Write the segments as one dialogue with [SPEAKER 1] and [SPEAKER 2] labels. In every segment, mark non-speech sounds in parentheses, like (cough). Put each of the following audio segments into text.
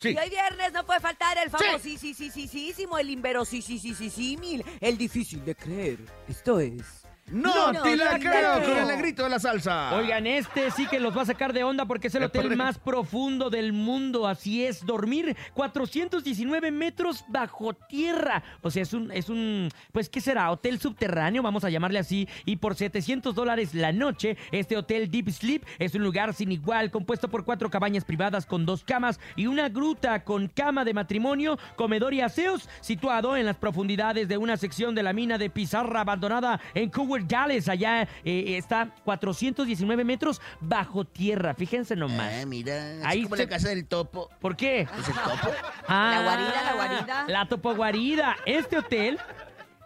[SPEAKER 1] Sí.
[SPEAKER 2] Y hoy viernes no puede faltar el famosísimo, el inverosímil, el difícil de creer. Esto es.
[SPEAKER 1] No,
[SPEAKER 2] No,
[SPEAKER 1] te
[SPEAKER 2] no,
[SPEAKER 1] la creo
[SPEAKER 2] no.
[SPEAKER 1] con el negrito de la salsa.
[SPEAKER 3] Oigan, este sí que los va a sacar de onda porque es el
[SPEAKER 1] Es
[SPEAKER 3] hotel
[SPEAKER 1] correcto.
[SPEAKER 3] más profundo del mundo. Así es, dormir 419 metros bajo tierra. O sea, es un, es un, pues, ¿qué será? Hotel subterráneo, vamos a llamarle así. Y por 700 dólares la noche, este hotel Deep Sleep es un lugar sin igual, compuesto por cuatro cabañas privadas con dos camas y una gruta con cama de matrimonio, comedor y aseos, situado en las profundidades de una sección de la mina de pizarra abandonada en Cougar Gales. Allá eh, está 419 metros bajo tierra. Fíjense nomás.
[SPEAKER 4] Ah, mira, es
[SPEAKER 3] Ahí
[SPEAKER 4] como
[SPEAKER 3] se-
[SPEAKER 4] la casa del topo.
[SPEAKER 3] ¿Por qué?
[SPEAKER 4] ¿Es
[SPEAKER 3] (laughs)
[SPEAKER 4] el topo?
[SPEAKER 3] Ah,
[SPEAKER 2] guarida, la guarida.
[SPEAKER 3] La topoguarida. Este hotel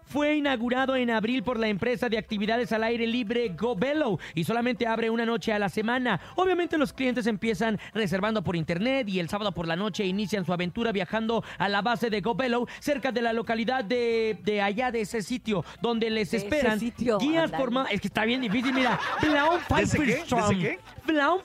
[SPEAKER 3] fue inaugurado en abril por la empresa de actividades al aire libre GoBello y solamente abre una noche a la semana. Obviamente los clientes empiezan reservando por internet y el sábado por la noche inician su aventura viajando a la base de GoBello cerca de la localidad de, de allá de ese sitio donde les
[SPEAKER 2] De ese
[SPEAKER 3] esperan
[SPEAKER 2] sitio,
[SPEAKER 3] guías
[SPEAKER 2] ándale.
[SPEAKER 3] formados. Es que está bien difícil, mira. Blaun
[SPEAKER 1] ¿De ese qué? ¿De ese
[SPEAKER 3] Pfeifferstone.
[SPEAKER 1] qué?
[SPEAKER 3] Blaun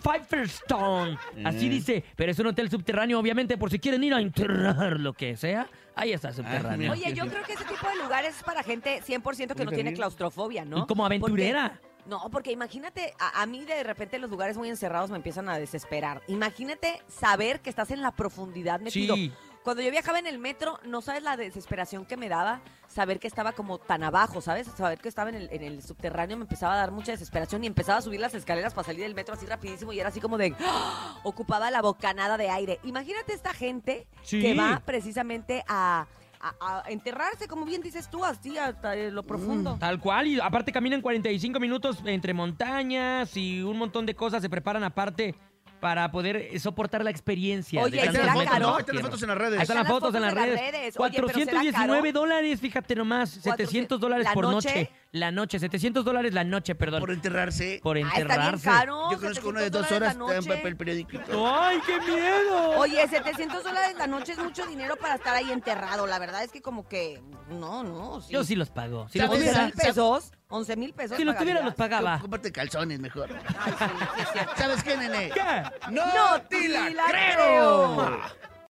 [SPEAKER 3] Pfeifferstone. Así dice, pero es un hotel subterráneo, obviamente, por si quieren ir a enterrar lo que sea. Ahí está subterráneo.
[SPEAKER 2] Oye, yo creo que ese tipo de lugares es para gente 100% que no tiene claustrofobia, ¿no?
[SPEAKER 3] Y como aventurera.
[SPEAKER 2] Porque- no, porque imagínate, a, a mí de repente los lugares muy encerrados me empiezan a desesperar. Imagínate saber que estás en la profundidad metido.
[SPEAKER 3] Sí.
[SPEAKER 2] Cuando yo viajaba en el metro, no sabes la desesperación que me daba saber que estaba como tan abajo, ¿sabes? Saber que estaba en el, en el subterráneo me empezaba a dar mucha desesperación y empezaba a subir las escaleras para salir del metro así rapidísimo y era así como de... ¡ah! Ocupaba la bocanada de aire. Imagínate esta gente
[SPEAKER 3] Sí.
[SPEAKER 2] que va precisamente a, a- a enterrarse, como bien dices tú, así hasta eh, lo profundo.
[SPEAKER 3] Tal cual, y aparte caminan 45 minutos entre montañas y un montón de cosas se preparan aparte para poder eh, soportar la experiencia.
[SPEAKER 2] Oye,
[SPEAKER 3] de
[SPEAKER 1] ahí
[SPEAKER 3] tantas
[SPEAKER 1] están las
[SPEAKER 2] ¿será
[SPEAKER 3] vueltas
[SPEAKER 1] fotos,
[SPEAKER 2] caro?
[SPEAKER 1] ¿no?
[SPEAKER 3] bajo
[SPEAKER 1] Ahí están las
[SPEAKER 3] tierra.
[SPEAKER 1] fotos en las redes.
[SPEAKER 3] Ahí están las fotos en las redes.
[SPEAKER 2] Oye, pero ¿será
[SPEAKER 3] 419
[SPEAKER 2] caro?
[SPEAKER 3] dólares, fíjate nomás. 700 dólares
[SPEAKER 2] ¿La
[SPEAKER 3] por
[SPEAKER 2] noche?
[SPEAKER 3] noche? La noche, 700 dólares la noche, perdón.
[SPEAKER 4] Por
[SPEAKER 3] Por,
[SPEAKER 4] enterrarse.
[SPEAKER 2] Ah, está bien
[SPEAKER 3] enterrarse.
[SPEAKER 2] caro.
[SPEAKER 4] Yo conozco uno de
[SPEAKER 2] 700
[SPEAKER 4] dos
[SPEAKER 2] dólares
[SPEAKER 4] horas,
[SPEAKER 2] la
[SPEAKER 4] está en
[SPEAKER 2] noche.
[SPEAKER 4] papel periódico.
[SPEAKER 3] ¡Ay, qué miedo!
[SPEAKER 2] Oye, 700 dólares la noche es mucho dinero para estar ahí enterrado. La verdad es que como que... No, no. Sí.
[SPEAKER 3] Yo sí los pago. Si los
[SPEAKER 4] ¿Sabes?
[SPEAKER 3] tuviera,
[SPEAKER 2] mil pesos. 11 mil pesos.
[SPEAKER 3] si los, tuviera, los
[SPEAKER 2] pagarías.
[SPEAKER 3] pagaba.
[SPEAKER 4] Comparte calzones
[SPEAKER 3] (laughs)
[SPEAKER 4] mejor.
[SPEAKER 2] Ay, sí, sí, sí.
[SPEAKER 4] ¿Sabes qué, nene?
[SPEAKER 3] ¿Qué?
[SPEAKER 4] ¡No, te la creo!